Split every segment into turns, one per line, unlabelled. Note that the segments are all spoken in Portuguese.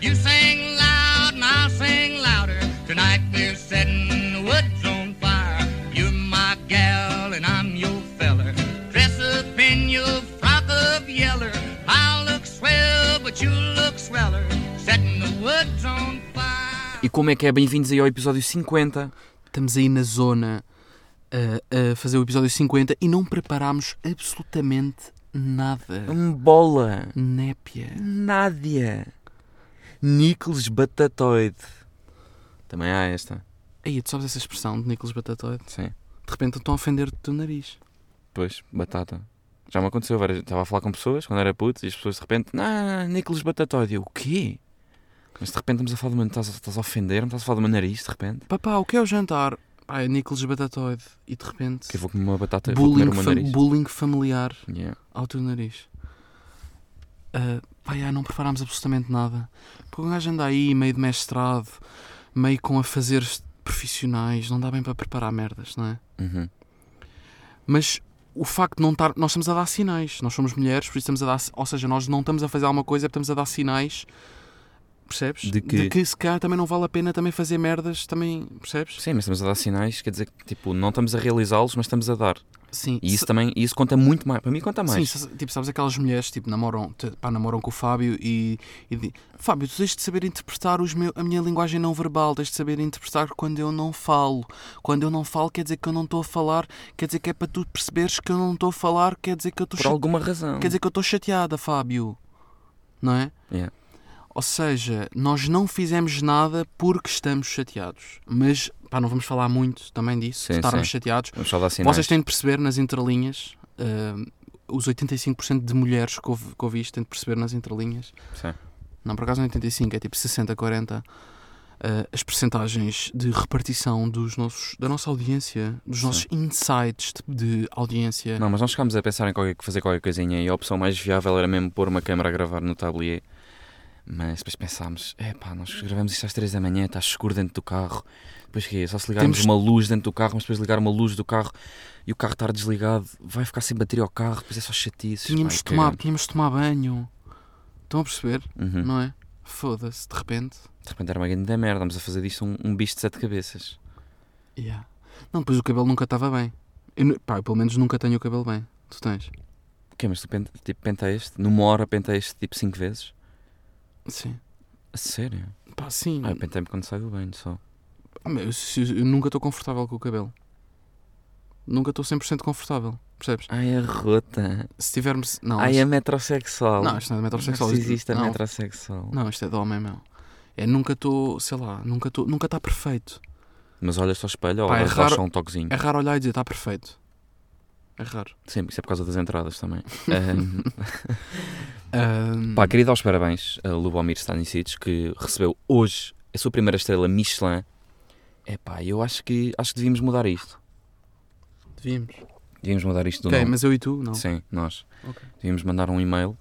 You sing loud and I'll sing louder. Tonight we're setting the woods on fire. You're my gal and I'm your feller. Dress up in your frock of yeller. I'll look swell, but you look sweller. Setting the woods on fire.
E como é que é? Bem-vindos aí ao episódio 50.
Estamos aí na zona eh, a, a fazer o episódio 50 e não preparámos absolutamente nada.
Um bola.
Népia.
Nádia. Nicolas Batatoide. Também há esta.
Aí, tu sabes essa expressão de Nicolas Batatoide?
Sim.
De repente estão a ofender-te o nariz.
Pois, batata. Já me aconteceu várias Estava a falar com pessoas quando era puto e as pessoas de repente. Ah, Nicolas Batatoide. Eu, o quê? Mas de repente estamos a falar de uma. Estás a, estás a ofender-me? Estás a falar do meu nariz de repente?
Papá, o que é o jantar? Pá, é Nicolas Batatoide. E de repente.
Que eu vou comer uma batata e vou comer
bullying,
o meu
fam-
nariz.
bullying familiar
Yeah.
ao teu nariz. Ah, pá, já, não preparámos absolutamente nada. Porque um gajo anda aí, meio de mestrado, meio com a fazer profissionais, não dá bem para preparar merdas, não é?
Uhum.
mas o facto de não estar. Nós estamos a dar sinais. Nós somos mulheres, por isso estamos a dar. Ou seja, nós não estamos a fazer alguma coisa, é estamos a dar sinais. Percebes?
De que-
se calhar também não vale a pena também fazer merdas, também. Percebes?
Sim, mas estamos a dar sinais, quer dizer que tipo, não estamos a realizá-los, mas estamos a dar.
Sim.
E isso
se-
também, e isso conta muito mais. Para mim conta
Sim,
mais.
se- tipo, sabes aquelas mulheres tipo, namoram, te- pá, namoram com o Fábio e, e di- Fábio, tu tens de saber interpretar os meu, a minha linguagem não verbal, tens de saber interpretar quando eu não falo. Quando eu não falo quer dizer que eu não estou a falar, quer dizer que é para tu perceberes que eu não estou a falar, quer dizer que eu estou
por alguma razão.
Quer dizer que eu estou chateada, Fábio. Não é?
Yeah.
Ou seja, nós não fizemos nada porque estamos chateados. Mas, pá, não vamos falar muito também disso,
Sim,
de estarmos
sim.
chateados.
Vamos só dar sinais.
Vocês têm de perceber nas entrelinhas, ah, os 85% de mulheres que ouvi, que ouviste têm de perceber nas entrelinhas.
Sim.
Não, por acaso não é 85, é tipo 60, 40. ah, as percentagens de repartição dos nossos, da nossa audiência, dos nossos insights de, de audiência.
Não, mas nós chegámos a pensar em qualquer- fazer qualquer coisinha e a opção mais viável era mesmo pôr uma câmera a gravar no tablier. Mas depois pensámos, é pá, nós gravamos isto às 3 da manhã, está escuro dentro do carro. Depois que é? Só se ligarmos
Temos-
uma luz dentro do carro, mas depois ligar uma luz do carro e o carro estar desligado, vai ficar sem bateria ao carro, depois é só chatices.
Tínhamos de,
pá, e cagamos.
tomar, tínhamos de tomar banho. Estão a perceber?
Uhum.
Não é? Foda-se, de repente.
De repente era uma grande merda, estamos a fazer disto um, um bicho de sete cabeças.
Yeah. Não, depois o cabelo nunca estava bem. Eu, nu- pá, eu pelo menos nunca tenho o cabelo bem. Tu tens?
O quê? Mas tu pente, tipo, penteaste? Numa hora penteaste tipo 5 vezes?
Sim.
A sério?
Pá, sim.
Ah, eu pentei-me quando saio do banho só.
Ah, meu, se- eu, nunca estou confortável com o cabelo. Nunca estou 100% confortável. Percebes?
Ai, a rota.
Se tivermos. Não,
Ai,
isto...
a metrosexual.
não isto Ah, é não é de metrosexual.
Não
isto-
existe a
não,
metrosexual.
não, isto é de homem, meu. É nunca estou, sei lá, nunca estou, nunca está perfeito.
Mas olha só o espelho,
Pá, é
olha,
raro-
raro... um toquezinho.
É raro olhar e dizer está perfeito. É raro.
Sim, isso é por causa das entradas também. Ahm,
Ahm,
pá, queria dar os parabéns a Lubomir Stanisic, que recebeu hoje a sua primeira estrela Michelin. É pá, eu acho que, acho que devíamos mudar isto.
devíamos.
Devíamos mudar isto do
Ok,
nome.
mas eu e tu, não.
Sim, nós.
Ok.
Devíamos mandar um e-mail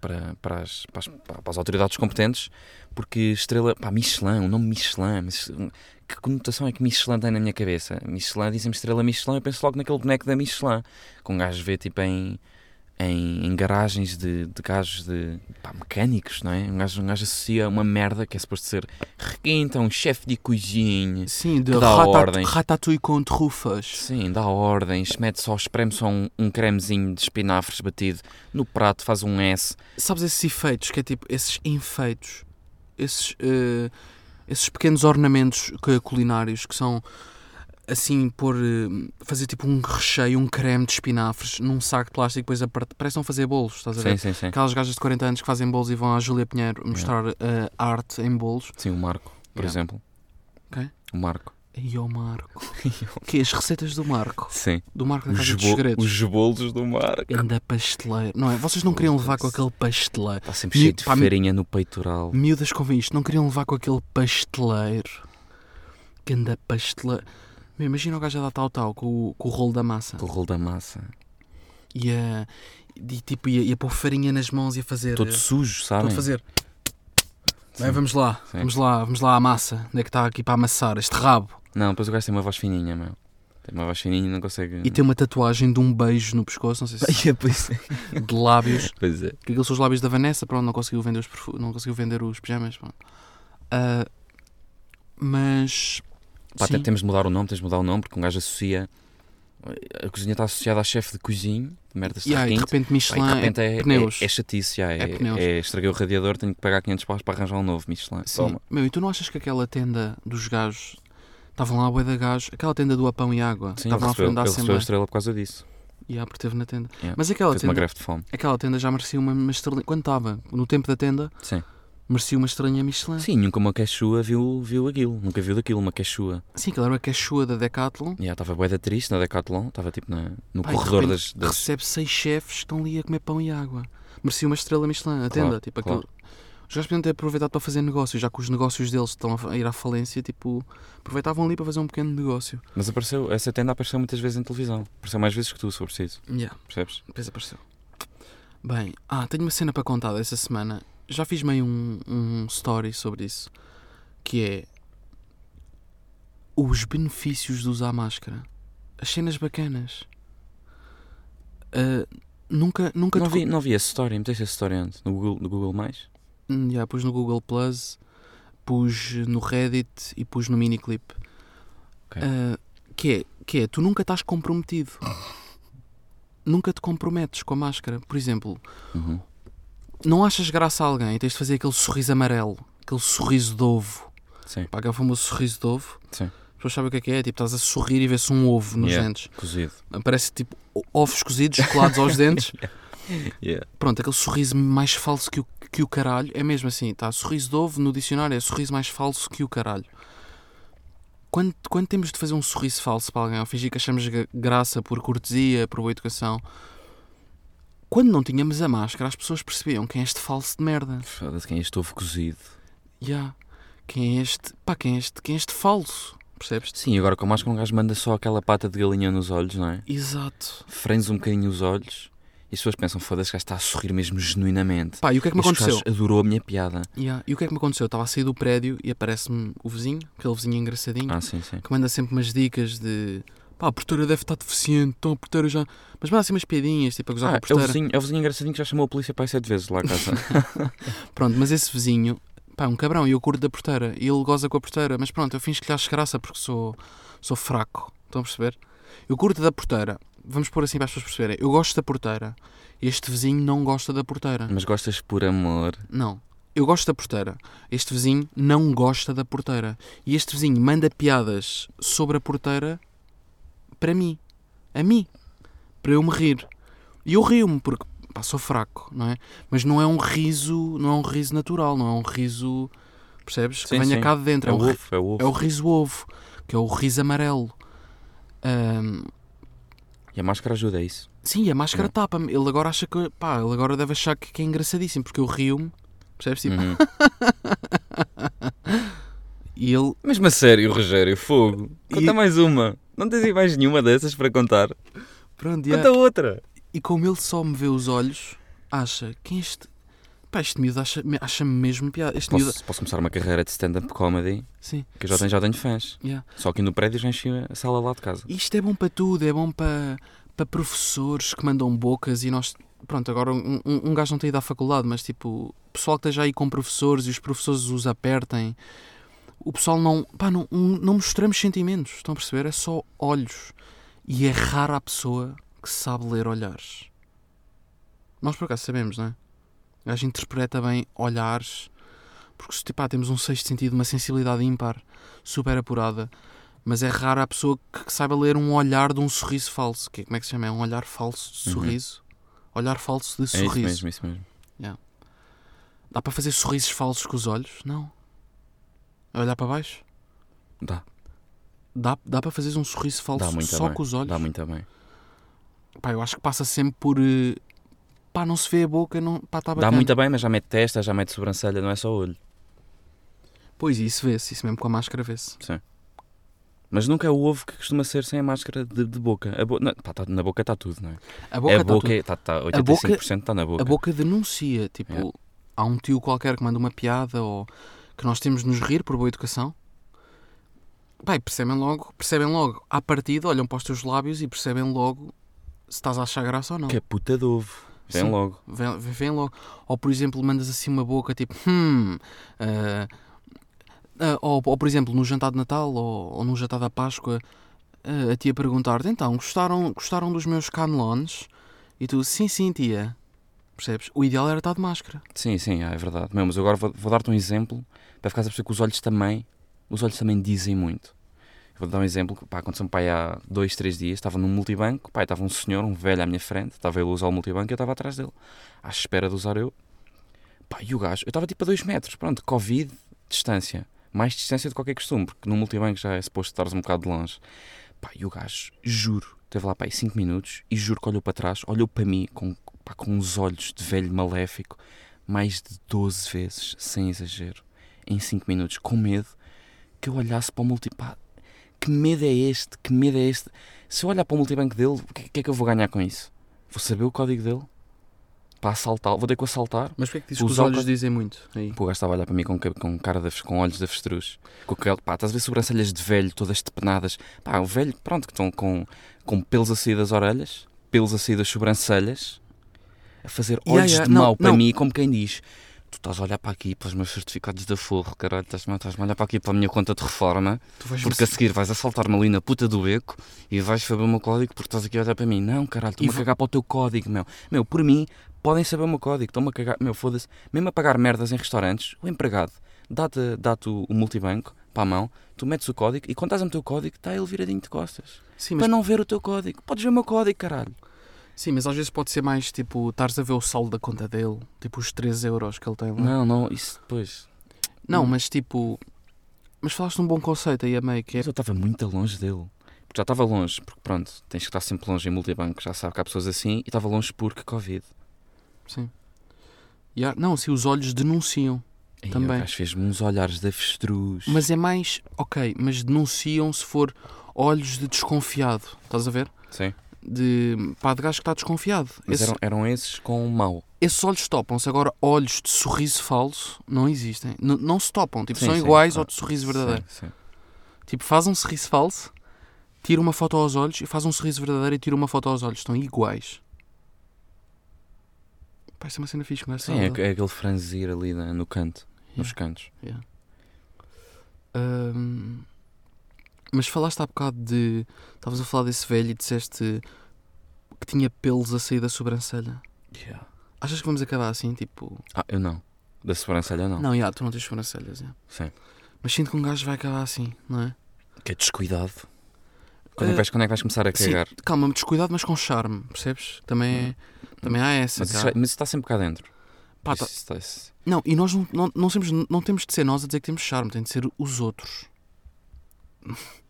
para, para, as, para, as, para as autoridades competentes, porque estrela, pá, Michelin, o nome Michelin, mas hum, que conotação é que Michelin tem na minha cabeça? Michelin, dizem-me estrela Michelin, eu penso logo naquele boneco da Michelin, que um gajo vê tipo em, em, em garagens de, de gajos de, pá, mecânicos, não é? Um gajo, um gajo associa uma merda que é suposto ser requinta, um chefe de cozinha,
Sim, de
que dá
ratat-
ordens.
ratatouille com trufas.
Sim, dá ordens, mete só, espreme só um, um cremezinho de espinafres batido no prato, faz um S.
Sabes esses efeitos, que é tipo, esses enfeites, esses, eh, esses pequenos ornamentos que- culinários que são assim, pôr, eh, fazer tipo um recheio, um creme de espinafres num saco de plástico, depois aparte, parecem fazer bolos, estás a ver?
Sim, sim, sim.
Aquelas gajas de 40 anos que fazem bolos e vão à Júlia Pinheiro mostrar eh, a arte em bolos.
Sim, o Marco, por
Yeah.
exemplo.
Ok.
O Marco.
E o Marco. que é as receitas do Marco.
Sim.
Do Marco da
Os,
Casa dos
bo-
Segredos.
os bolos do Marco.
Ganda pasteleiro. Não é? Vocês não queriam levar com aquele pasteleiro.
Está tá sempre cheio
Mi-
de
pá, mi-
farinha no peitoral.
Miúdas com isto, não queriam levar com aquele pasteleiro. Ganda pasteleiro. Meu, imagina o gajo a dar tal-tal com, o- com o rolo da massa.
Com o rolo da massa.
E a, e, tipo, ia, ia pôr farinha nas mãos e a fazer.
Todo
eh,
sujo,
todo
sabem?
fazer. Bem, vamos lá,
Sim.
vamos lá, vamos lá à massa. Onde é que está aqui para tá amassar este rabo?
Não, depois o gajo tem uma voz fininha, meu. Tem uma voz fininha e não consegue.
E tem uma tatuagem de um beijo no pescoço, não sei se
pois é.
de lábios.
Pois é.
Que aqueles são os lábios da Vanessa, pronto, não conseguiu vender os, perfu- não conseguiu vender os pijamas. pronto. Ah, mas.
Pá,
sim.
tem- temos de mudar o nome, tens de mudar o nome, porque um gajo associa. A cozinha está associada à chefe de cozinha, de merdas
Yeah, e de
de requinte.
repente
Pá, e
Michelin
de repente é,
é
é,
pneus.
é chatice, já, é,
É pneus.
é, estraguei o radiador, tenho que pagar 500 paus para arranjar um novo Michelin.
Sim.
Toma.
Meu, e tu não achas que aquela tenda dos gajos. Estavam lá a boia de gajos, aquela tenda do Apão e Água.
Sim, ele
Estavam à
recebeu,
frente da
ele recebeu a
Assembleia.
estrela por causa disso.
E a teve na tenda.
Yeah.
Mas aquela
Fez uma
tenda,
greve de fome.
aquela tenda já merecia uma, uma estrelinha. Quando estava no tempo da tenda,
Sim.
merecia uma estrelinha Michelin.
Sim, nunca uma quechua viu, viu aquilo. Nunca viu daquilo, uma quechua.
Sim, aquela era a cachua da Decathlon.
E ela estava boeda triste na Decathlon, estava tipo na- no
Pá, e de
corredor das,
repente
das-
Recebe seis chefes que estão ali a comer pão e água. Merecia uma estrela Michelin, a tenda.
Claro,
tipo, aquilo- Os gajos podiam ter aproveitado para fazer negócios, já que os negócios deles estão a ir à falência, tipo, aproveitavam ali para fazer um pequeno negócio.
Mas apareceu, essa tenda apareceu muitas vezes em televisão. Apareceu mais vezes que tu, se for preciso.
Yeah,
Percebes?
depois apareceu. Bem, ah, tenho uma cena para contar dessa semana. Já fiz meio um, um story sobre isso, que é os benefícios de usar máscara. As cenas bacanas. Ah, nunca, nunca
Não
te co-
vi, não vi essa história, meteste essa história onde? No Google, no Google Mais?
Hum, Já, pus no Google Plus, pus no Reddit e pus no Miniclip.
Ok.
Ah, que, é, que é, tu nunca estás comprometido. nunca te comprometes com a máscara. Por exemplo,
Uhum.
não achas graça a alguém e tens de fazer aquele sorriso amarelo, aquele sorriso de ovo.
Sim.
Pá, aquele famoso sorriso de ovo.
Sim.
As pessoas sabem o que é que é? Tipo, estás a sorrir e vê-se um ovo nos
Yeah.
dentes.
Cozido.
Parece tipo o- ovos cozidos colados aos dentes.
Yeah.
Pronto, aquele sorriso mais falso que o, que o caralho. É mesmo assim, está sorriso de ovo no dicionário, é sorriso mais falso que o caralho. Quando, quando temos de fazer um sorriso falso para alguém, ou fingir que achamos gra- graça por cortesia, por boa educação, quando não tínhamos a máscara, as pessoas percebiam quem é este falso de merda.
Foda-se, quem é este ovo cozido?
Ya. Quem é este, pá, quem é este, quem é este falso? Percebes?
Sim, agora com a máscara um gajo manda só aquela pata de galinha nos olhos, não é?
Exato.
Franze um bocadinho os olhos e as pessoas pensam, foda-se, o gajo está a sorrir mesmo genuinamente.
Pá, e o que é que me
Este
aconteceu?
gajo adorou a minha piada.
Ya. E o que é que me aconteceu? Eu Estava a sair do prédio e aparece-me o vizinho, aquele vizinho engraçadinho.
Ah, sim, sim.
que manda sempre umas dicas de pá, a porteira deve estar deficiente, então a porteira já. Mas manda assim umas piadinhas, tipo a gozar com
Ah, é
a
o,
porteira.
vizinho, é o vizinho engraçadinho que já chamou a polícia para aí sete vezes lá a casa.
Pronto, mas esse vizinho, pá, é um cabrão, e eu curto da porteira, e ele goza com a porteira, mas pronto, eu finjo que lhe acho graça porque sou, sou fraco, estão a perceber? Eu curto da porteira, vamos pôr assim para as pessoas perceberem, eu gosto da porteira, este vizinho não gosta da porteira.
Mas gostas por amor.
Não. Eu gosto da porteira. Este vizinho não gosta da porteira. E este vizinho manda piadas sobre a porteira para mim. A mim. Para eu me rir. E eu rio-me porque pá, sou fraco, não é? Mas não é um riso, não é um riso natural, não é um riso, percebes? que
Sim,
venha
sim.
cá de dentro.
É o
um ri-
ovo, é o ovo.
é o riso ovo, que é o riso amarelo. Ahm,
E a máscara ajuda a isso.
Sim, a máscara tapa-me. Ele agora acha que. Pá, ele agora deve achar que, que é engraçadíssimo, porque eu rio-me, percebes? Tipo,
Uhum.
E ele.
Mesmo a sério, Rogério, fogo. Conta
E-
mais uma. Não tens aí mais nenhuma dessas para contar.
Pronto, é
Conta outra.
E como ele só me vê os olhos, acha que este. Pá, este miúdo acha- me- acha-me mesmo piada. Este miúdo.
Posso, posso começar uma carreira de stand-up comedy,
Sim.
que eu já tenho, já tenho fãs.
Yeah.
Só que no prédio já enchi a sala lá de casa.
Isto é bom para tudo, é bom para, para professores que mandam bocas e nós. Pronto, agora um, um, um gajo não tem ido à faculdade, mas tipo, o pessoal que esteja aí com professores e os professores os apertem. O pessoal não. Pá, não, um- não mostramos sentimentos, estão a perceber? É só olhos. E é rara a pessoa que sabe ler olhares. Nós por acaso sabemos, não é? O gajo interpreta bem olhares, porque se, pá, temos um sexto sentido, uma sensibilidade ímpar, super apurada. Mas é rara a pessoa que, que saiba ler um olhar de um sorriso falso. Que, é- como é que se chama? É um olhar falso de
Uhum.
sorriso. Olhar falso de
É isso
sorriso.
mesmo, isso mesmo.
Dá para fazer sorrisos falsos com os olhos? Não. É olhar para baixo?
Dá,
Dá, dá para fazer um sorriso falso
dá muito é
só
bem.
com os olhos? Tá
Dá muito bem.
Pá, eu acho que passa sempre por. eh, Pá, não se vê a boca, não... pá, está
Dá
bacana.
muito bem, mas já mete testa, já mete sobrancelha, não é só olho.
Pois, isso vê-se, isso mesmo com a máscara vê-se.
Mas nunca é o ovo que costuma ser sem a máscara de, de boca. A bo- não, pá, tá- na boca está tudo, não é?
A boca,
a
tá
boca
tudo.
está tá,
A boca-
85% está na boca.
A boca denuncia, tipo,
Yeah.
há um tio qualquer que manda uma piada ou que nós temos de nos rir por boa educação, Bem, percebem logo, percebem logo. À partida, olham para os teus lábios e percebem logo se estás a achar graça ou não.
Que é puta de ovo. Vem
Sim.
logo.
Vem, vem- vem logo. Ou, por exemplo, mandas assim uma boca tipo, hum. ah, ah, ou, ou, por exemplo, no jantar de Natal ou, ou no jantar da Páscoa, ah, a tia perguntar-te: então, gostaram, gostaram dos meus canelones? E tu, sim, sim, tia. Percebes? O ideal era estar de máscara.
Sim, sim, é verdade. Meu, mas agora vou, vou dar-te um exemplo para ficares a perceber que os olhos também, os olhos também dizem muito. Eu Vou dar um exemplo que pá, aconteceu-me pá, aí há dois, três dias. Estava num multibanco, pá, e estava um senhor, um velho à minha frente, estava ele a usar o multibanco e eu estava atrás dele, à espera de usar eu. Pá, e o gajo, eu estava tipo a dois metros, pronto, Covid, distância. Mais distância do que qualquer costume, porque no multibanco já é suposto estares um bocado de longe. Pá, e o gajo, juro, teve lá pá, aí 5 minutos e juro que olhou para trás, olhou para mim com, pá, com uns olhos de velho maléfico mais de 12 vezes, sem exagero, em 5 minutos, com medo que eu olhasse para o multibanco. Que medo é este? Que medo é este? Se eu olhar para o multibanco dele, o que, que é que eu vou ganhar com isso? Vou saber o código dele? Para assaltar? Vou ter que o assaltar?
Mas porquê é que dizes
que os olhos
dizem muito? Aí.
Pô, o gajo estava a olhar para mim com, ca- com cara de, av- com olhos de avestruz. Com aquele, pá, estás a ver sobrancelhas de velho, todas depenadas. Pá, o velho, pronto, que estão com, com pelos a sair das orelhas, pelos a sair das sobrancelhas, a fazer
Ya,
olhos
ya,
de
não,
mau para
não.
mim, como quem diz. Tu estás a olhar para aqui para os meus certificados da forro, caralho, estás-me estás a olhar para aqui para a minha conta de reforma,
Tu vais
porque a seguir vais assaltar-me ali na puta do beco e vais saber o meu código porque estás aqui a olhar para mim. Não, caralho,
E
estou-me a
vo-
cagar para o teu código, meu. Meu, por mim, podem saber o meu código, estão-me a cagar. Meu, foda-se. Mesmo a pagar merdas em restaurantes, o empregado dá-te dá o o multibanco para a mão, tu metes o código e quando estás a meter o código, está ele viradinho de costas.
Sim, mas
Para não ver o teu código. Podes ver o meu código, caralho.
Sim, mas às vezes pode ser mais tipo, estares a ver o saldo da conta dele, tipo os 3 euros que ele tem lá. Não,
Não, não, isso depois.
mas tipo. Mas falaste um bom conceito aí a meio que é.
Mas eu estava muito longe dele. Porque já estava longe, porque pronto, tens que estar sempre longe em multibanco, já sabe que há pessoas assim, e estava longe porque Covid.
Sim. E há- Não, se os olhos denunciam.
Ei, o
Também.
gajo fez-me uns olhares de avestruz.
Mas é mais. Ok, mas denunciam se for olhos de desconfiado. Estás a ver?
Sim.
De. pá, de gajo que está desconfiado.
Mas
Esse-
eram, eram esses com o mau.
Esses olhos topam-se. Agora, olhos de sorriso falso não existem. N- não se topam. Tipo,
Sim,
são
sim,
iguais
claro.
ao de sorriso verdadeiro.
Sim, sim.
Tipo, faz um sorriso falso, tira uma foto aos olhos e faz um sorriso verdadeiro e tira uma foto aos olhos. Estão iguais. Parece uma cena fixe,
Sim, é, é aquele franzir ali na- no canto, nos cantos.
mas falaste há bocado de. Estavas a falar desse velho e disseste que tinha pelos a sair da sobrancelha. Achas que vamos acabar assim? Tipo.
Ah, eu não. Da sobrancelha, não.
Não, já, tu não tens sobrancelhas. já.
Sim.
Mas sinto que um gajo vai acabar assim, não é?
Que é descuidado. Quando,
Eh,
é que vais, quando é que vais começar a cagar? Hum.
Sim, calma, descuidado, mas com charme, percebes? Também, é- também há essa.
Mas isso,
cara.
vai- mas isso está sempre cá dentro.
tá. Pá,
Isso-
tá-
isso- isso-
Não, e nós não, não, não, temos, não temos de ser nós a dizer que temos charme, tem de ser os outros.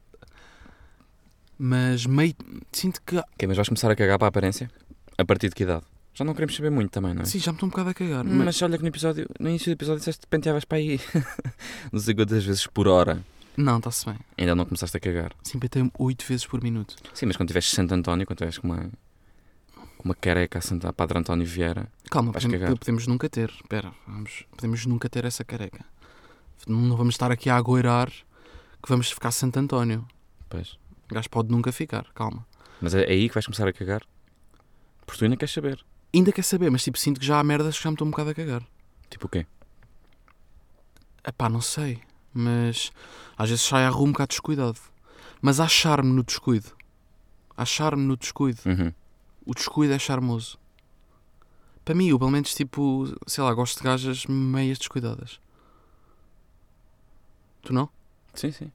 Mas meio. Sinto que.
Ok, mas vais começar a cagar para a aparência? A partir de que idade? Já não queremos saber muito também, não é?
Sim, já me estou um bocado a cagar.
Mas,
Mas,
olha que no, episódio, no início do episódio disseste que penteavas para aí não sei quantas vezes por hora.
não, está-se bem.
Ainda não começaste a cagar.
Simpatei-me 8 vezes por minuto.
Sim, mas quando tiveres Santo António, quando tiveres com uma, com uma careca a Santa a Padre António Vieira,
Calma,
Vais
podemos,
cagar.
podemos nunca ter. Espera, vamos. Podemos nunca ter essa careca. Não vamos estar aqui a agoirar que vamos ficar Santo António.
pois.
O gajo pode nunca ficar, calma.
Mas é aí que vais começar a cagar? Porque tu ainda queres saber.
Ainda quer saber, mas tipo, sinto que já há merdas que já me estou um bocado a cagar.
Tipo o quê?
Epá, não sei. Mas às vezes sai a rua um bocado descuidado. Mas há charme no descuido. Há charme no descuido.
Uhum.
O descuido é charmoso. Para mim, eu pelo menos tipo, sei lá, gosto de gajas meias descuidadas. Tu não?
Sim, sim.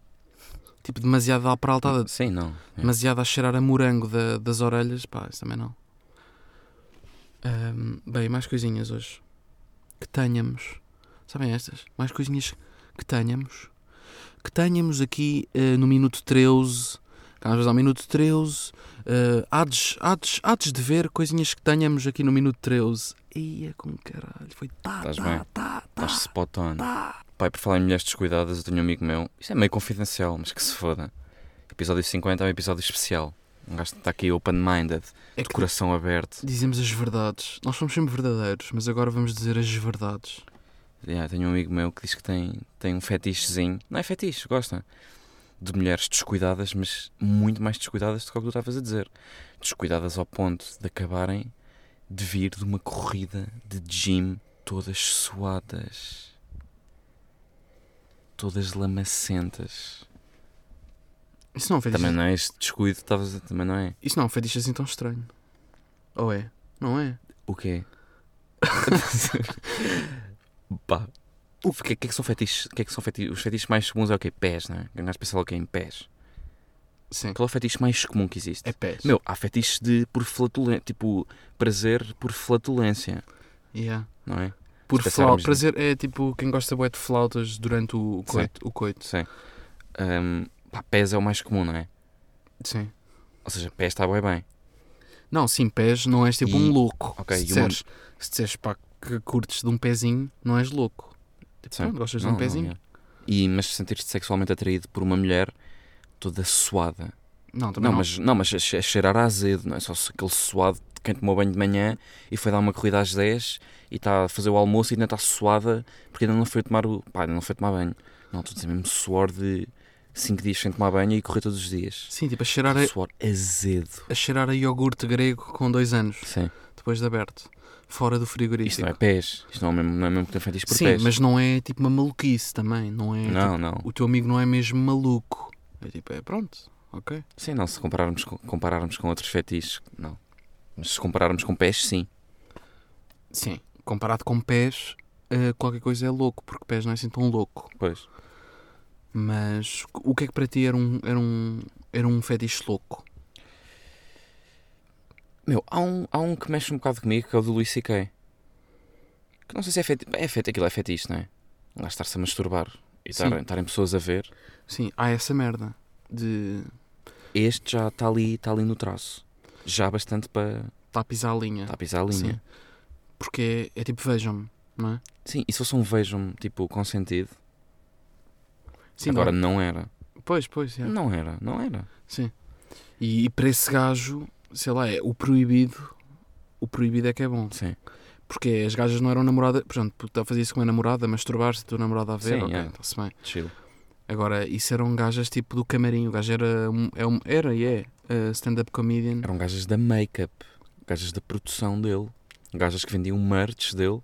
Tipo, demasiado à peraltada,
Sim, não. É.
demasiado a cheirar a morango da- das orelhas. Pá, isso também não. Ahm, bem, mais coisinhas hoje. Que tenhamos. Sabem estas? Mais coisinhas que tenhamos. Que tenhamos aqui eh, no minuto 13. Cá vamos ao minuto 13. eh, há hades, hades, hades de ver coisinhas que tenhamos aqui no minuto 13. Ia com caralho. Foi tá,
Estás
tá,
bem?
tá, tá.
Estás spot on. Pai, por falar em mulheres descuidadas, eu tenho um amigo meu. Isto é meio confidencial, mas que se foda. Episódio 50 é um episódio especial. Um gajo que está aqui open-minded,
É
de
que
coração aberto.
dizemos as verdades. Nós somos sempre verdadeiros, mas agora vamos dizer as verdades.
Yeah, tenho um amigo meu que diz que tem, tem um fetichezinho. Não é fetiche, gosta. de mulheres descuidadas, mas muito mais descuidadas do que o que tu estavas a dizer. Descuidadas ao ponto de acabarem de vir de uma corrida de gym todas suadas, todas lamacentas.
Isso não é um fetiche,
Também não é este descuido, que estavas a... também não é?
isso não é um fetiche assim tão estranho. Ou é? Não é?
O quê? Pá. O que, que é que são fetiches? O que é que são fetiches? Os fetiches mais comuns é o quê? Pés, não é? Um gajo pensa logo que é em pés.
Sim.
Qual é o fetiche mais comum que existe?
É pés.
Meu, há fetiches de por flatulência, tipo, prazer por flatulência,
Yeah.
não é?
Por
Se
flauta.
pensarmos
Prazer é tipo quem gosta bué de flautas durante o coito. O coito.
Sim. Ahm, pá, pés é o mais comum, não é?
Sim.
Ou seja, pés está bem bem.
Não, sim, pés não és tipo
E-
um louco.
ok,
se,
e uma-
disseres, se disseres pá, que curtes de um pezinho, não és louco. Tipo,
Sim.
pronto, gostas de
Não,
um
não,
pezinho?
yeah. E, mas sentir-te sexualmente atraído por uma mulher toda suada.
Não, também
Não,
não.
mas, não, mas a che- a cheirar a azedo, não é só se- aquele suado de quem tomou banho de manhã e foi dar uma corrida às 10 e está a fazer o almoço e ainda está suada porque ainda não foi tomar o. pá, ainda não foi tomar banho. Não, estou a dizer mesmo suor de 5 dias sem tomar banho e correr todos os dias.
Sim, tipo a cheirar a,
Suor azedo.
a cheirar a iogurte grego com dois anos,
Sim.
depois de aberto, fora do
Isto
frigorífico.
não é pés. Isto não é mesmo, não é mesmo que tem feitiço por
Sim,
pés.
mas não é tipo uma maluquice também, não é? tipo,
Não, não.
o teu amigo não é mesmo maluco. É tipo, é pronto, ok.
Sim, não, se compararmos com, compararmos com outros fetiches, não. Mas se compararmos com pés, sim.
Sim, comparado com pés, eh, qualquer coisa é louco, porque pés não é assim tão louco.
Pois.
Mas o que é que para ti era um, era um, era um fetiche louco?
Meu, há um, há um que mexe um bocado comigo, que é o do Luís C.K. Que não sei se é fetiche. É fetiche, aquilo é fetiche, não é? Um gajo estar-se a masturbar e
Sim.
estar- estarem pessoas a ver.
Sim, há essa merda de
Este já está ali, está ali no traço. Já bastante para
tá a pisar a linha.
está a pisar a linha.
Sim. Porque é, é tipo, vejam-me, não é?
Sim, e se fosse um vejam-me, tipo, consentido.
Sim,
Agora
não.
não, era.
Pois, pois, é.
Não era, não era.
Sim. E, e para esse gajo, sei lá, é o proibido. O proibido é que é bom.
Sim.
Porque as gajas não eram namoradas. Portanto, puta, fazia isso com tá a namorada, masturbar-se, a tua namorada a ver,
Sim,
ok,
é.
está-se bem.
Chill.
Agora, isso eram gajas tipo do camarim. O gajo era, um- é um, era e é uh, stand-up comedian.
Eram gajas da make-up, gajas da produção dele, gajas que vendiam merch dele,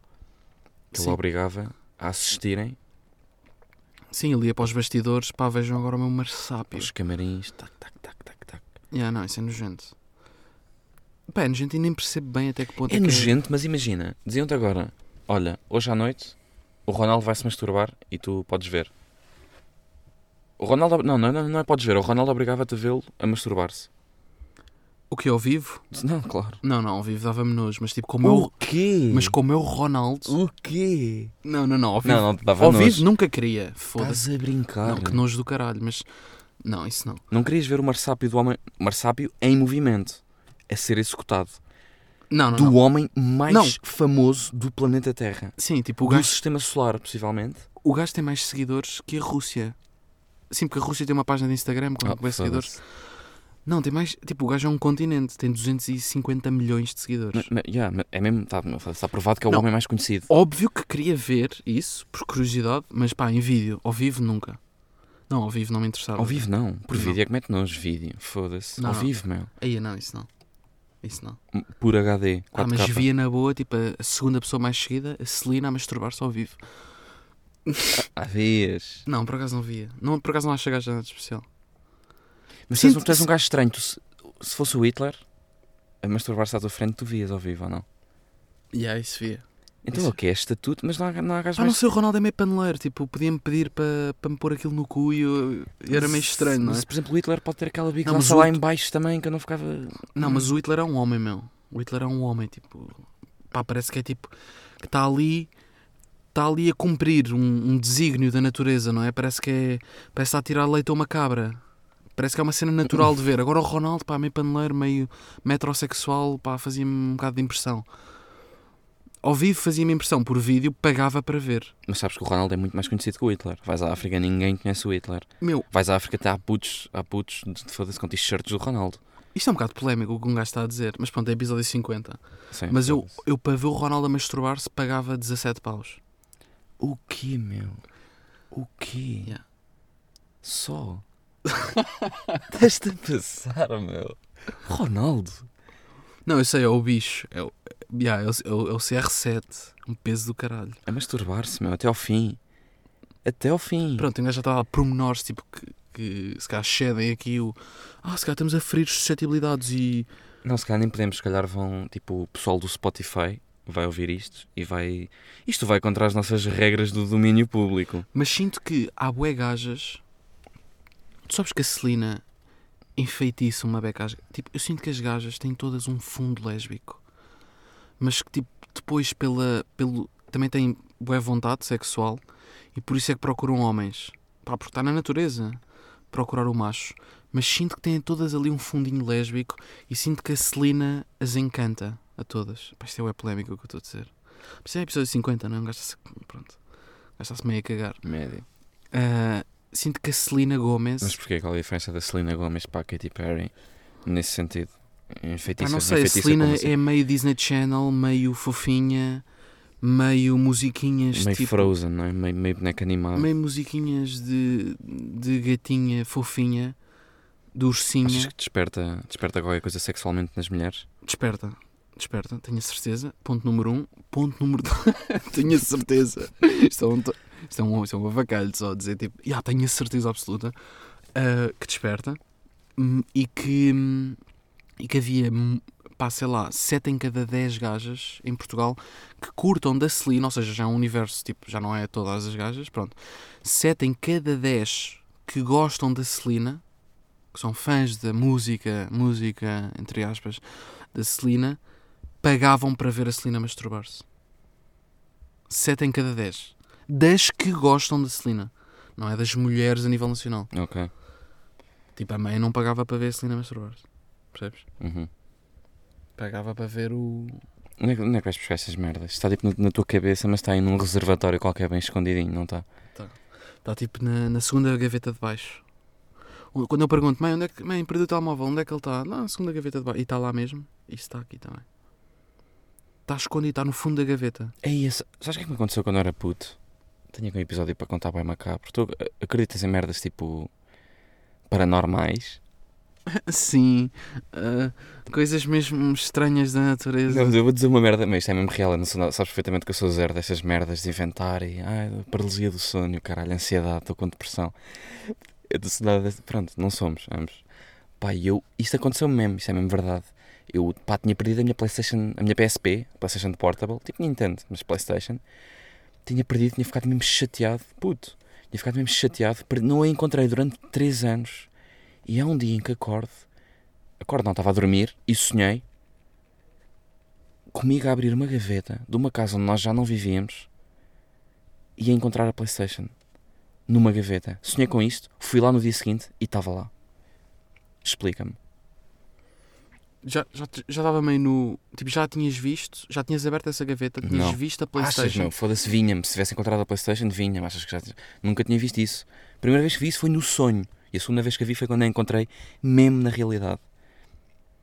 que
Sim.
ele obrigava a assistirem
Sim, ali ia para os bastidores, pá, vejam agora o meu marsápio.
aos camarins, tac, tac, tac, tac, tac.
Yeah, não, isso é nojento. Pá, é nojento e nem percebo bem até que ponto
É
que
nojento, mas imagina, diziam-te agora, olha, hoje à noite o Ronaldo vai se masturbar e tu podes ver. O Ronaldo, não, não, não, não é podes ver, o Ronaldo obrigava-te a vê-lo a masturbar-se.
O que é ao vivo?
Não, claro.
Não, não, ao vivo dava-me nojo, mas tipo, como
O
eu.
quê?
Mas como eu, Ronaldo.
o quê?
Não, não, não, ao vivo.
Não, não te dava
Ao
nojo. Tá
vivo nunca queria. Foda-se.
Estás a brincar.
Não, que nojo do caralho, mas. Não, isso não.
Não querias ver o marsápio do homem. Marsápio em movimento. A ser executado.
Não, não.
do
não.
homem mais
Não.
famoso do planeta Terra.
Sim, tipo, o
do
gajo,
sistema solar, possivelmente.
o gajo tem mais seguidores que a Rússia. Sim, porque a Rússia tem uma página de Instagram com
Ah,
oh, seguidores.
foda-se.
Não, tem mais. Tipo, o gajo é um continente, tem 250 milhões de seguidores.
Mas- mas- yeah, mas é mesmo. Está tá provado que é o
Não.
homem mais conhecido.
Óbvio que queria ver isso, por curiosidade, mas pá, em vídeo, ao vivo nunca. Não, ao vivo não me interessava.
Ao vivo, não. Por
Não.
vídeo é que mete nos vídeo. Foda-se.
Não,
Ao
não.
vivo, meu.
Aí não, isso não. Isso não.
Por HD. 4K.
Ah, mas via na boa, tipo, a- a segunda pessoa mais seguida, a Celina a masturbar-se ao vivo.
À vez.
Não, por acaso não via. Não, por acaso não acho a gaja nada de especial.
Mas
Sim,
tu és, um- tu és um gajo estranho. Tu se, se fosse o Hitler, a masturbar-se à tua frente, tu vias ao vivo ou não?
E yeah, isso via.
Então
Isso.
é o que é estatuto, mas não há, não há gajo
Ah, não
mais.
sei, o Ronaldo é meio paneleiro, tipo, podia-me pedir para para me pôr aquilo no cu e eu- era meio estranho, não é?
Mas, por exemplo, o Hitler pode ter aquela bica
Não, mas o
lá
Hit-
em baixo também, que eu não ficava...
Não, mas
hum.
o Hitler é um homem, meu. O Hitler é um homem, tipo, pá, parece que é tipo, que está ali, está ali a cumprir um, um desígnio da natureza, não é? Parece que é, parece que está a tirar leite a uma cabra. Parece que é uma cena natural de ver. Agora o Ronaldo, pá, meio paneleiro, meio metrosexual, pá, fazia-me um bocado de impressão. Ao vivo fazia-me impressão, por vídeo pagava para ver.
Mas sabes que o Ronaldo é muito mais conhecido que o Hitler. Vais à África, ninguém conhece o Hitler.
Meu,
Vais à África, até há putos, há putos de foda-se com t-shirts do Ronaldo.
isto é um bocado polémico o que um gajo está a dizer, mas pronto, é episódio 50.
Sim,
Mas eu,
foda-se.
eu para ver o Ronaldo a masturbar-se pagava 17 paus.
O quê, meu? O quê?
Yeah.
Só? Estás-te a passar, meu. Ronaldo.
Não, eu sei, é o bicho. É o, yeah, é o, é o- é o CR7. Um peso do caralho.
A masturbar-se, meu, até ao fim. Até ao fim.
Pronto, ainda já está a pormenores, tipo, que, que se calhar cedem aqui o... Ah, se calhar estamos a ferir suscetibilidades e...
Não, se calhar nem podemos, se calhar vão, tipo, o pessoal do Spotify vai ouvir isto e vai... Isto vai contra as nossas regras do domínio público.
Mas sinto que há bué gajas... Tu sabes que a Celina enfeitiça uma beca às... Tipo, eu sinto que as gajas têm todas um fundo lésbico. Mas que, tipo, depois pela... Pelo... Também têm boa vontade sexual e por isso é que procuram homens. Pá, porque está na natureza procurar o macho. Mas sinto que têm todas ali um fundinho lésbico e sinto que a Celina as encanta a todas. Pá, isto é bué polémico o que eu estou a dizer. Mas isto é episódio 50, não é? Um gajo está-se- Pronto. Gasta-se meio a cagar.
Médio.
Ah, sinto que a Celina Gomes.
Mas porquê? Qual é a diferença da Selena Gomez para a Katy Perry nesse sentido?
Pá,
Enfeitiça,
não sei, a
enfeitiça
Celina
como assim?
é meio Disney Channel, meio fofinha, meio musiquinhas
Meio
tipo.
Frozen, não é? Meio, meio boneca animada.
Meio musiquinhas de, de gatinha fofinha, de ursinha.
Achas que desperta, desperta qualquer coisa sexualmente nas mulheres?
Desperta, desperta, tenho a certeza. Ponto número um. Ponto número dois. tenho a certeza. Isto é um, to- isto é um, isto é um avacalho só dizer tipo, "Ya, tenho a certeza absoluta ah, que desperta hum, e que, hum, e que havia, hum, pá, sei lá, 7 em cada 10 gajas em Portugal que curtam da Celina, ou seja, já é um universo, tipo, já não é todas as gajas, pronto. 7 em cada 10 que gostam da Celina, que são fãs da música, música, entre aspas, da Celina pagavam para ver a Celina masturbar-se. Sete em cada dez. Das que gostam da Celina. Não é das mulheres a nível nacional.
Ok.
Tipo, a mãe não pagava para ver a Celina masturbar-se. Percebes?
Uhum.
Pagava para ver o.
Onde é, que- onde é que vais buscar essas merdas? Está tipo na, na tua cabeça, mas está aí num reservatório qualquer bem escondidinho, não está?
Está tipo na, na segunda gaveta de baixo. O- Quando eu pergunto, mãe, onde é que. Mãe, perdi o telemóvel, onde é que ele está? Lá na segunda gaveta de baixo. E está lá mesmo? E está aqui também. Está escondido, está no fundo da gaveta.
Ei, essa- sabes o que é que me aconteceu quando eu era puto? Tenho aqui um episódio para contar bem macabro. Tu a- acreditas em merdas tipo paranormais?
Sim, ah, coisas mesmo estranhas da natureza.
Não, mas eu vou dizer uma merda, mas isto é mesmo real, eu não sou nada- sabes perfeitamente que eu sou zero destas merdas de inventar e ai, paralisia do sono, caralho, ansiedade, estou com depressão. Eu não sou nada desse- pronto, não somos, ambos. Pá, e eu, isto aconteceu mesmo, isto é mesmo verdade. Eu, pá, tinha perdido a minha Playstation, a minha PSP, Playstation Portable, tipo Nintendo, mas Playstation. Tinha perdido, tinha ficado mesmo chateado, puto, tinha ficado mesmo chateado, per- não a encontrei durante 3 anos. E há um dia em que acordo, acordo não, estava a dormir e sonhei comigo a abrir uma gaveta de uma casa onde nós já não vivíamos e a encontrar a Playstation numa gaveta. Sonhei com isto, fui lá no dia seguinte e estava lá. Explica-me.
Já, já, te- já estava meio no. Tipo, já tinhas visto, já tinhas aberto essa gaveta, tinhas
Não.
visto a
Achas,
PlayStation.
meu? Foda-se, vinha-me. Se tivesse encontrado a Playstation, vinha-me. Achas que já... Nunca tinha visto isso. A primeira vez que vi isso foi no sonho. E a segunda vez que a vi foi quando a encontrei mesmo na realidade.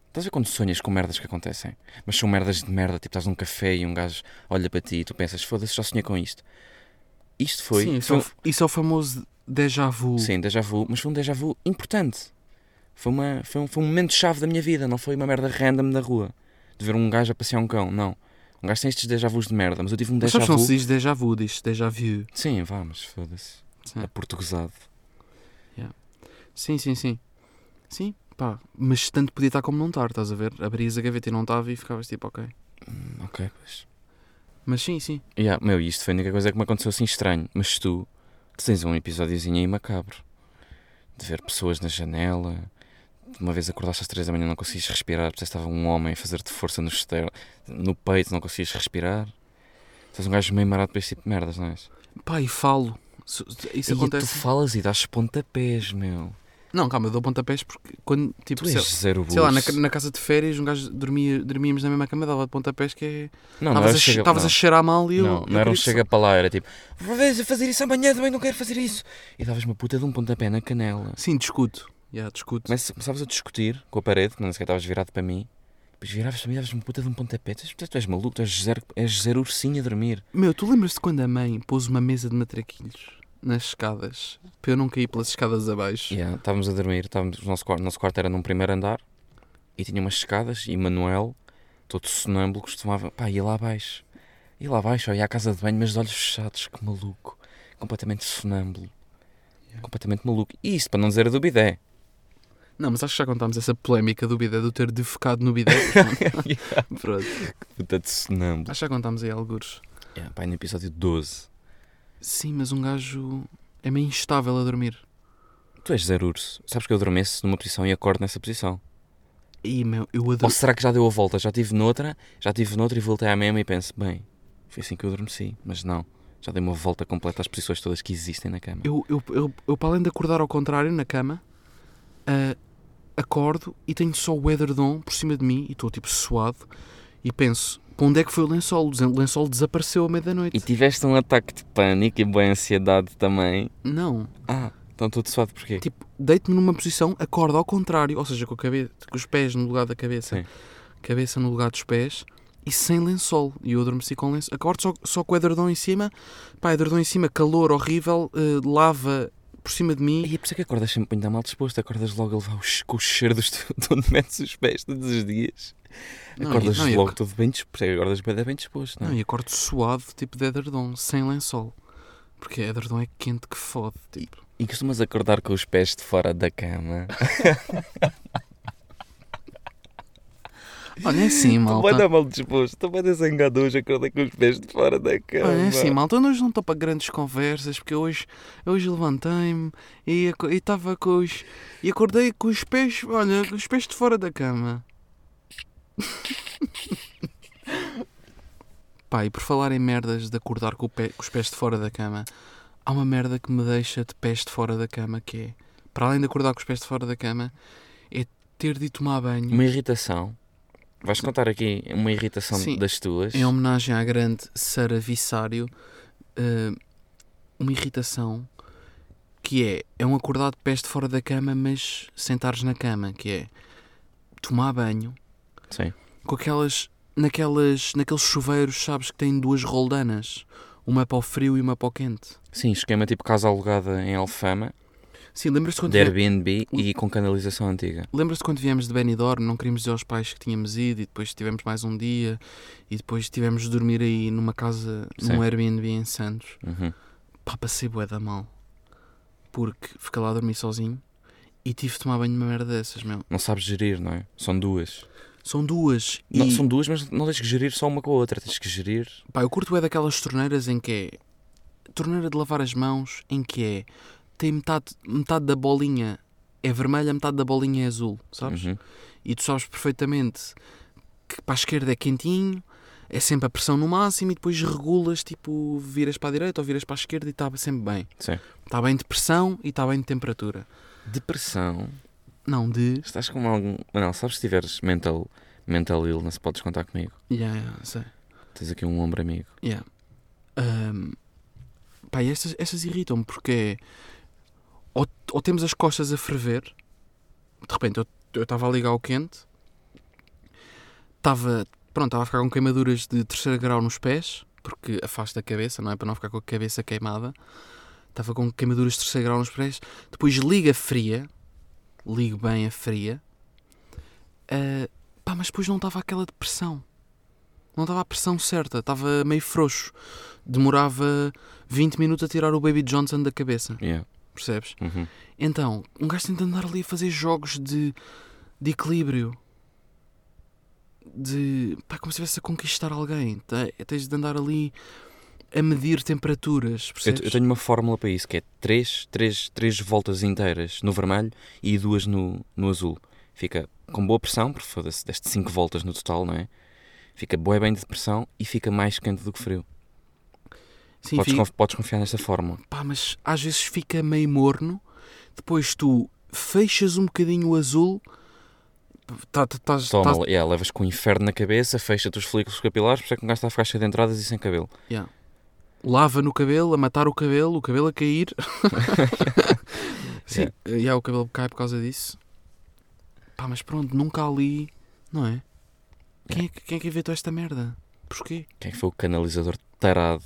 Estás a ver quando sonhas com merdas que acontecem? Mas são merdas de merda, tipo, estás num café e um gajo olha para ti e tu pensas, foda-se, já sonhei com isto. Isto foi...
Sim, isso,
foi
é o, isso é o famoso déjà vu.
Sim, déjà vu, mas foi um déjà vu importante. Foi, uma, foi, um, foi um momento-chave da minha vida, não foi uma merda random da rua. De ver um gajo a passear um cão, não. Um gajo tem estes déjà vus de merda, mas eu tive um
Mas
déjà
sabes, que assim? não
vu.
se diz déjà vu, diz déjà vu.
Sim, vá, mas foda-se.
Sim.
É portuguesado.
Sim, sim, sim. Sim, pá. Mas tanto podia estar como não estar, estás a ver? Abrias a gaveta e não estava e ficavas tipo, ok.
Ok, pois.
Mas sim, sim.
Yeah, meu, isto foi a única coisa que me aconteceu assim estranho. Mas tu, tu tens um episódiozinho aí macabro. De ver pessoas na janela. Uma vez acordaste às três da manhã não conseguias respirar. Porque estava um homem a fazer-te força no, ester- no peito, não conseguias respirar. Tu és um gajo meio marado para este tipo de merdas, não és?
Pá, e falo. Su- Isso
e tu
acontece.
falas e dás pontapés, meu.
Não, calma, eu dou pontapés porque quando. Tipo,
Tu
sei-
és zero
Sei lá, na,
burro.
na casa de férias, um gajo dormia, dormíamos na mesma cama, dava de pontapés, que é.
Não, não
Estavas
era
a, che-
chega-
estavas a
não.
cheirar mal e eu.
Não,
eu
não era um
queria-
chega para lá, era tipo, vou fazer isso amanhã também, não quero fazer isso. E davas uma puta de um pontapé na canela.
Sim, discuto. Yeah, discuto.
Começas- Começavas a discutir com a parede, que não sequer estavas virado para mim. Depois viravas para mim e davas uma puta de um pontapé. Tu és, tu és maluco, tu és zero, és zero ursinho a dormir.
Meu, tu lembras-te quando a mãe pôs uma mesa de matraquilhos nas escadas, para eu não cair pelas escadas abaixo.
Yeah, estávamos a dormir, estávamos, o nosso, quarto, nosso quarto era num primeiro andar e tinha umas escadas e Manuel, todo sonâmbulo, costumava pá, ir lá abaixo. Ir lá abaixo, ó, ia à casa de banho, mas de olhos fechados, que maluco. Completamente sonâmbulo. Completamente maluco. E isso, para não dizer a é do bidé.
Não, mas acho que já contámos essa polémica do bidé, do ter defecado no bidé. Pronto,
Puta de sonâmbulo.
acho que já contámos aí alguns.
Yeah, pá, e no episódio 12.
Sim, mas um gajo é meio instável a dormir.
Tu és zero urso. Sabes que eu adormeço numa posição e acordo nessa posição.
E meu, eu adoro.
Ou será que já deu a volta? Já tive noutra, já tive noutra e voltei à mesma e penso, bem, foi assim que eu adormeci. Mas não, já dei uma volta completa às posições todas que existem na cama.
Eu, eu, eu, eu, para além de acordar ao contrário na cama, ah, acordo e tenho só o edredom por cima de mim e estou tipo suado e penso, para onde é que foi o lençol? O lençol desapareceu à meia-noite.
E tiveste um ataque de pânico e boa ansiedade também.
Não,
Ah, então estou suado porquê?
tipo, deito-me numa posição, acordo ao contrário, ou seja, com, a cabe- com os pés no lugar da cabeça,
Sim.
cabeça no lugar dos pés e sem lençol. E eu adormeci com lençol. Acordo só, só com o edredom em cima, pá, edredom em cima, calor horrível, eh, lava por cima de mim.
E é por isso que acordas sempre muito mal disposto, acordas logo a levar o che- com o cheiro dos tu- de onde metes os pés todos os dias.
Não, e-
acordas
não, e
logo
ac-
todo bem disposto, acordas bem, bem disposto, não é?
Não, e acordo suado, tipo de edredom, sem lençol. Porque edredom é quente que fode, tipo.
E costumas acordar com os pés de fora da cama.
Olha, é assim,
Estou bem
malta.
mal disposto, estou bem desengado hoje, acordei com os pés de fora da cama.
Olha, é assim, malta. eu Hoje não estou para grandes conversas, porque hoje, hoje levantei-me e aco- e estava com os. E acordei com os pés, olha, com os pés de fora da cama. Pá, e por falar em merdas de acordar com, o pé- com os pés de fora da cama, há uma merda que me deixa de pés de fora da cama que é, para além de acordar com os pés de fora da cama, é ter de ir tomar banho.
Uma irritação. Vais contar aqui uma irritação
Sim. É um-
das tuas.
Em homenagem à grande Sara Vissário, eh, uma irritação que é, é um acordar de pés de fora da cama, mas sentares na cama, que é tomar banho
Sim.
com aquelas, naquelas, naqueles chuveiros, sabes, que têm duas roldanas, uma é para o frio e uma para o quente.
Sim, esquema tipo casa alugada em Alfama,
Sim, lembras-te quando,
de
vie...
Airbnb e com canalização antiga.
lembras-te quando viemos de Benidorm, não queríamos dizer aos pais que tínhamos ido e depois tivemos mais um dia e depois tivemos de dormir aí numa casa, num
Sim.
Airbnb em Santos.
Uhum.
pá, passei bué da mal. Porque fiquei lá a dormir sozinho e tive de tomar banho de uma merda dessas, meu.
Não sabes gerir, não é? São duas.
São duas e...
Não, são duas, mas não tens que gerir só uma com a outra. Tens que gerir.
Pá, eu curto é daquelas torneiras em que é... Torneira de lavar as mãos em que é... Tem metade, metade da bolinha é vermelha, metade da bolinha é azul, sabes?
Uhum.
E tu sabes perfeitamente que para a esquerda é quentinho, é sempre a pressão no máximo e depois regulas, tipo, viras para a direita ou viras para a esquerda e está sempre bem.
Sim.
Está bem de pressão e está bem de temperatura.
Depressão.
Não, de...
Estás com algum. Não, sabes se tiveres mental, mental illness, podes contar comigo.
Yeah, yeah, sei.
Tens aqui um ombro amigo.
Yeah. Ahm, pá, e estas, estas irritam-me porque é- ou, ou temos as costas a ferver, de repente eu- eu estava a ligar o quente, estava pronto, estava a ficar com queimaduras de terceiro grau nos pés, porque afasta a cabeça, não é? Para não ficar com a cabeça queimada. Estava com queimaduras de terceiro grau nos pés, depois liga fria, ligo bem a fria, Ah, pá, mas depois não estava aquela depressão. Não estava a pressão certa, estava meio frouxo. Demorava 20 minutos a tirar o Baby Johnson da cabeça,
Yeah.
percebes?
Uhum.
Então, um gajo tem de andar ali a fazer jogos de, de equilíbrio. De. pá, como se estivesse a conquistar alguém. Te- Tens de andar ali a medir temperaturas,
Eu,
percebes?
eu tenho uma fórmula para isso, que é 3, 3, 3 voltas inteiras no vermelho e duas no, no azul. Fica com boa pressão, porque foda-se, deste 5 voltas no total, não é? Fica bué bem de pressão e fica mais quente do que frio.
Sim,
podes,
fica-
conf- podes confiar nesta fórmula.
pá, mas às vezes fica meio morno. Depois tu fechas um bocadinho o azul. Tá, tá, tá,
Toma,
tá-
yeah, levas com o inferno na cabeça, fecha-te os folículos capilares, por isso é que um gajo está a ficar cheio de entradas e sem cabelo.
lava no cabelo, a matar o cabelo, o cabelo a cair. Sim, e há o cabelo cai por causa disso. Pá, mas pronto, nunca ali, não é? Quem é que, quem é que inventou esta merda? Porquê?
Quem foi o canalizador tarado?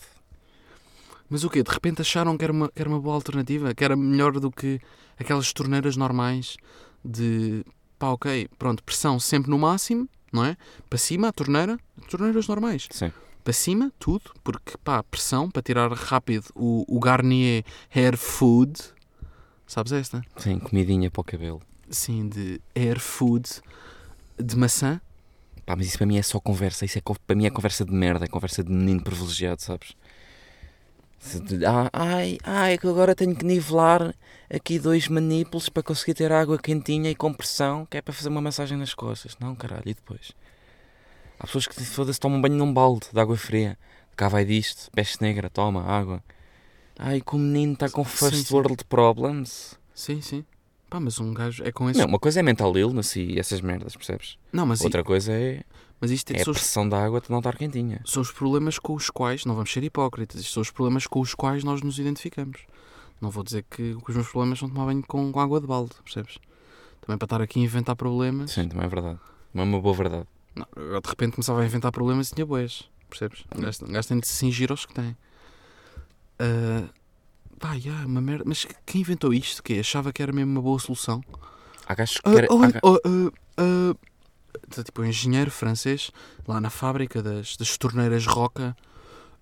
Mas o quê? De repente acharam que era uma, que era uma boa alternativa? Que era melhor do que aquelas torneiras normais de pá, ok, pronto, pressão sempre no máximo, não é? Para cima, a torneira, torneiras normais.
Sim.
Para cima, tudo, porque pá, pressão para tirar rápido o, o Garnier Hair Food. Sabes esta?
Sim, comidinha para o cabelo.
Sim, de Air Food de maçã.
Pá, mas isso para mim é só conversa. Isso é, co- para mim é conversa de merda, é conversa de menino privilegiado, sabes? Se tu- Ah, ai, ai, que agora tenho que nivelar aqui dois manípulos para conseguir ter água quentinha e com pressão, que é para fazer uma massagem nas costas. Não, caralho, e depois? Há pessoas que foda-se, tomam banho num balde de água fria. Cá vai disto, peste negra, toma, água. Ai, que o menino está com
Sim,
first
sim.
world problems.
Sim, sim. Pá, mas um gajo é com esses.
Não, uma coisa é mental illness e essas merdas, percebes?
Não, mas, i-
Outra coisa é,
mas isto é,
é a
são, os,
pressão da água de não estar quentinha.
são os problemas com os quais, não vamos ser hipócritas, isto são os problemas com os quais nós nos identificamos. Não vou dizer que, que os meus problemas são tomar banho com, com água de balde, percebes? Também para estar aqui a inventar problemas.
Sim, também é verdade. Não é uma boa verdade.
Não, eu de repente começava a inventar problemas e tinha boés, percebes? Um gajo um gajo tem de se cingir aos que tem. Ah, pá, yeah, é uma merda. Mas quem inventou isto? Que é? achava que era mesmo uma boa solução?
Há gajos que
Ah,
querem.
olha,
há ga-
oh, ah, ah, tá tipo um engenheiro francês lá na fábrica das, das torneiras Roca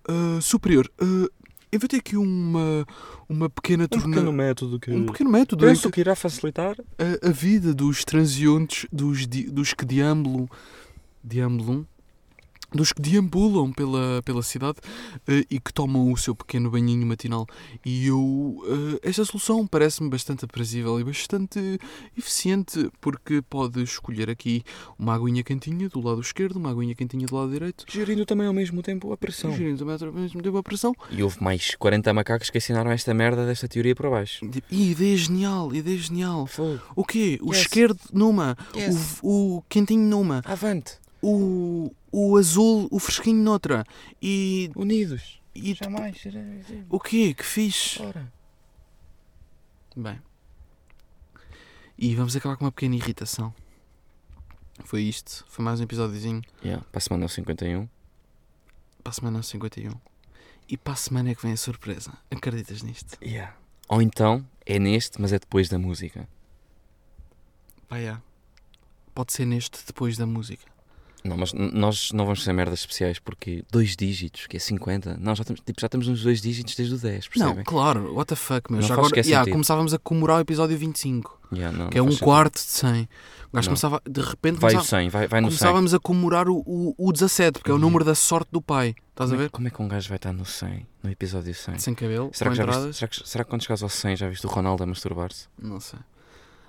Ah, superior. ah, inventei aqui uma, uma pequena torneira.
Um método que.
Um pequeno método em que
que irá facilitar.
a, a vida dos transeuntes, dos, di- dos que deambulam, deambulam, dos que deambulam pela, pela cidade eh, e que tomam o seu pequeno banhinho matinal. E eu, eh, esta solução parece-me bastante aprazível e bastante eficiente, porque pode escolher aqui uma aguinha quentinha do lado esquerdo, uma aguinha quentinha do lado direito.
Gerindo também ao mesmo tempo a pressão.
Gerindo também outra vez me deu uma pressão.
E houve mais 40 macacos que ensinaram esta merda desta teoria para baixo.
E ideia genial, ideia genial.
Fogo.
O quê? O
Yes.
esquerdo numa,
Yes.
o, o quentinho numa,
Avante.
o, o azul, o fresquinho noutra. E.
Unidos.
e
Jamais.
o quê? Que fixe!
Ora.
Bem. E vamos acabar com uma pequena irritação. Foi isto. Foi mais um episódiozinho.
Yeah, para a semana é o 51.
Para a semana é o 51. E para a semana é que vem a surpresa. Acreditas nisto?
Yeah. Ou então é neste, mas é depois da música.
Vai já. Pode ser neste depois da música.
Não, mas n- nós não vamos fazer merdas especiais porque dois dígitos, que é 50, nós já estamos, tipo, já estamos nos dois dígitos desde o 10, percebem?
Não, claro. What the fuck, meu.
Não
Já
faz
agora
sequer
já,
sentido.
começávamos a comemorar o episódio 25.
Yeah, não,
Que é um
não faz sentido.
quarto de 100. O gajo
Não.
começava. De repente
Vai o
começava-
100, vai, vai É no 100.
começávamos a comemorar o, o, o 17, porque é o número da sorte do pai. Estás a
Como é-
ver?
Como é que um gajo vai estar no 100, no episódio 100?
Sem cabelo,
Será
com
que, já viste-
entradas.
será, que, será que quando chegares ao 100 já viste o Ronaldo a masturbar-se?
Não sei.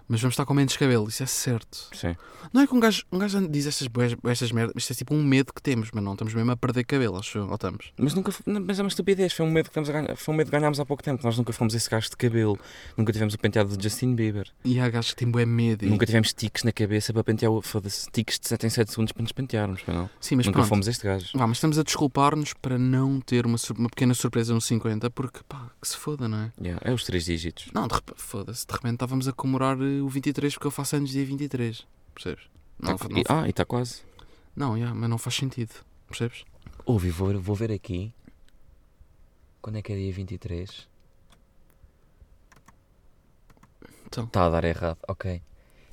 Mas vamos estar com menos cabelo, isso é certo.
Sim.
Não é que um gajo, um gajo diz estas, boas- estas merdas, isto é tipo um medo que temos, mas não estamos mesmo a perder cabelo, acho eu, ou estamos.
Mas nunca foi- não, mas é uma estupidez, foi um medo que estamos a ganhar, foi um medo que ganhámos há pouco tempo. Nós nunca fomos esse gajo de cabelo, nunca tivemos o penteado de Justin Bieber,
E há gajos que têm bué medo. e-
nunca tivemos tiques na cabeça para pentear o foda-se, tiques de 7 em 7 segundos para nos pentearmos, para não.
Sim, mas
nunca
pronto.
fomos este gajo.
Vá, mas estamos a desculpar-nos para não ter uma, sur- uma pequena surpresa no 50, porque pá, que se foda, não é?
Yeah, é os três dígitos.
Não, de repente, foda-se, de repente estávamos a comemorar eh, o 23 porque eu faço anos dia 23, percebes? Não,
Tá-
não,
e- ah, e está quase.
não yeah, mas não faz sentido, percebes?
Ouvi, vou, vou ver aqui. Quando é que é dia 23?
Então.
Está Tá a dar errado, ok.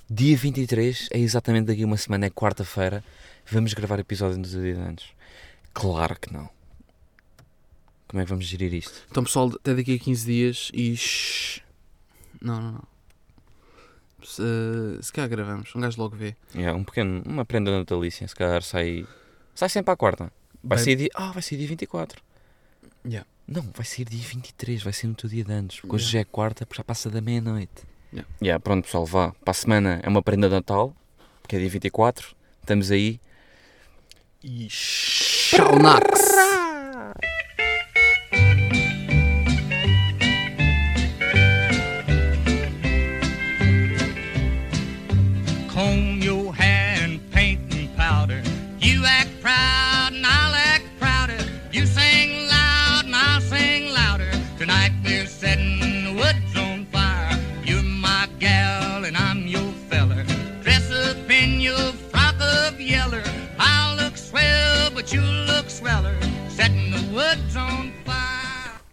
Dia 23, é exatamente daqui a uma semana, é quarta-feira. Vamos gravar episódio nos dia de anos. Claro que não. Como é que vamos gerir isto?
Então, pessoal, até daqui a 15 dias e. shhh. Não, não, não. Se, se calhar gravamos, um gajo logo vê.
É, um pequeno, uma prenda natalícia, se calhar sai. Sai sempre à quarta. Vai
Bem-
sair dia. Ah, vai sair dia 24.
Yeah.
Não, vai sair dia 23, vai ser no teu dia de anos. Porque hoje
Yeah.
já é quarta, porque já passa da meia-noite.
Yeah.
pronto, pessoal, vá. Para a semana é uma prenda de Natal, porque é dia 24. Estamos aí.
E. shhh. Tchau, Nax!
Ah!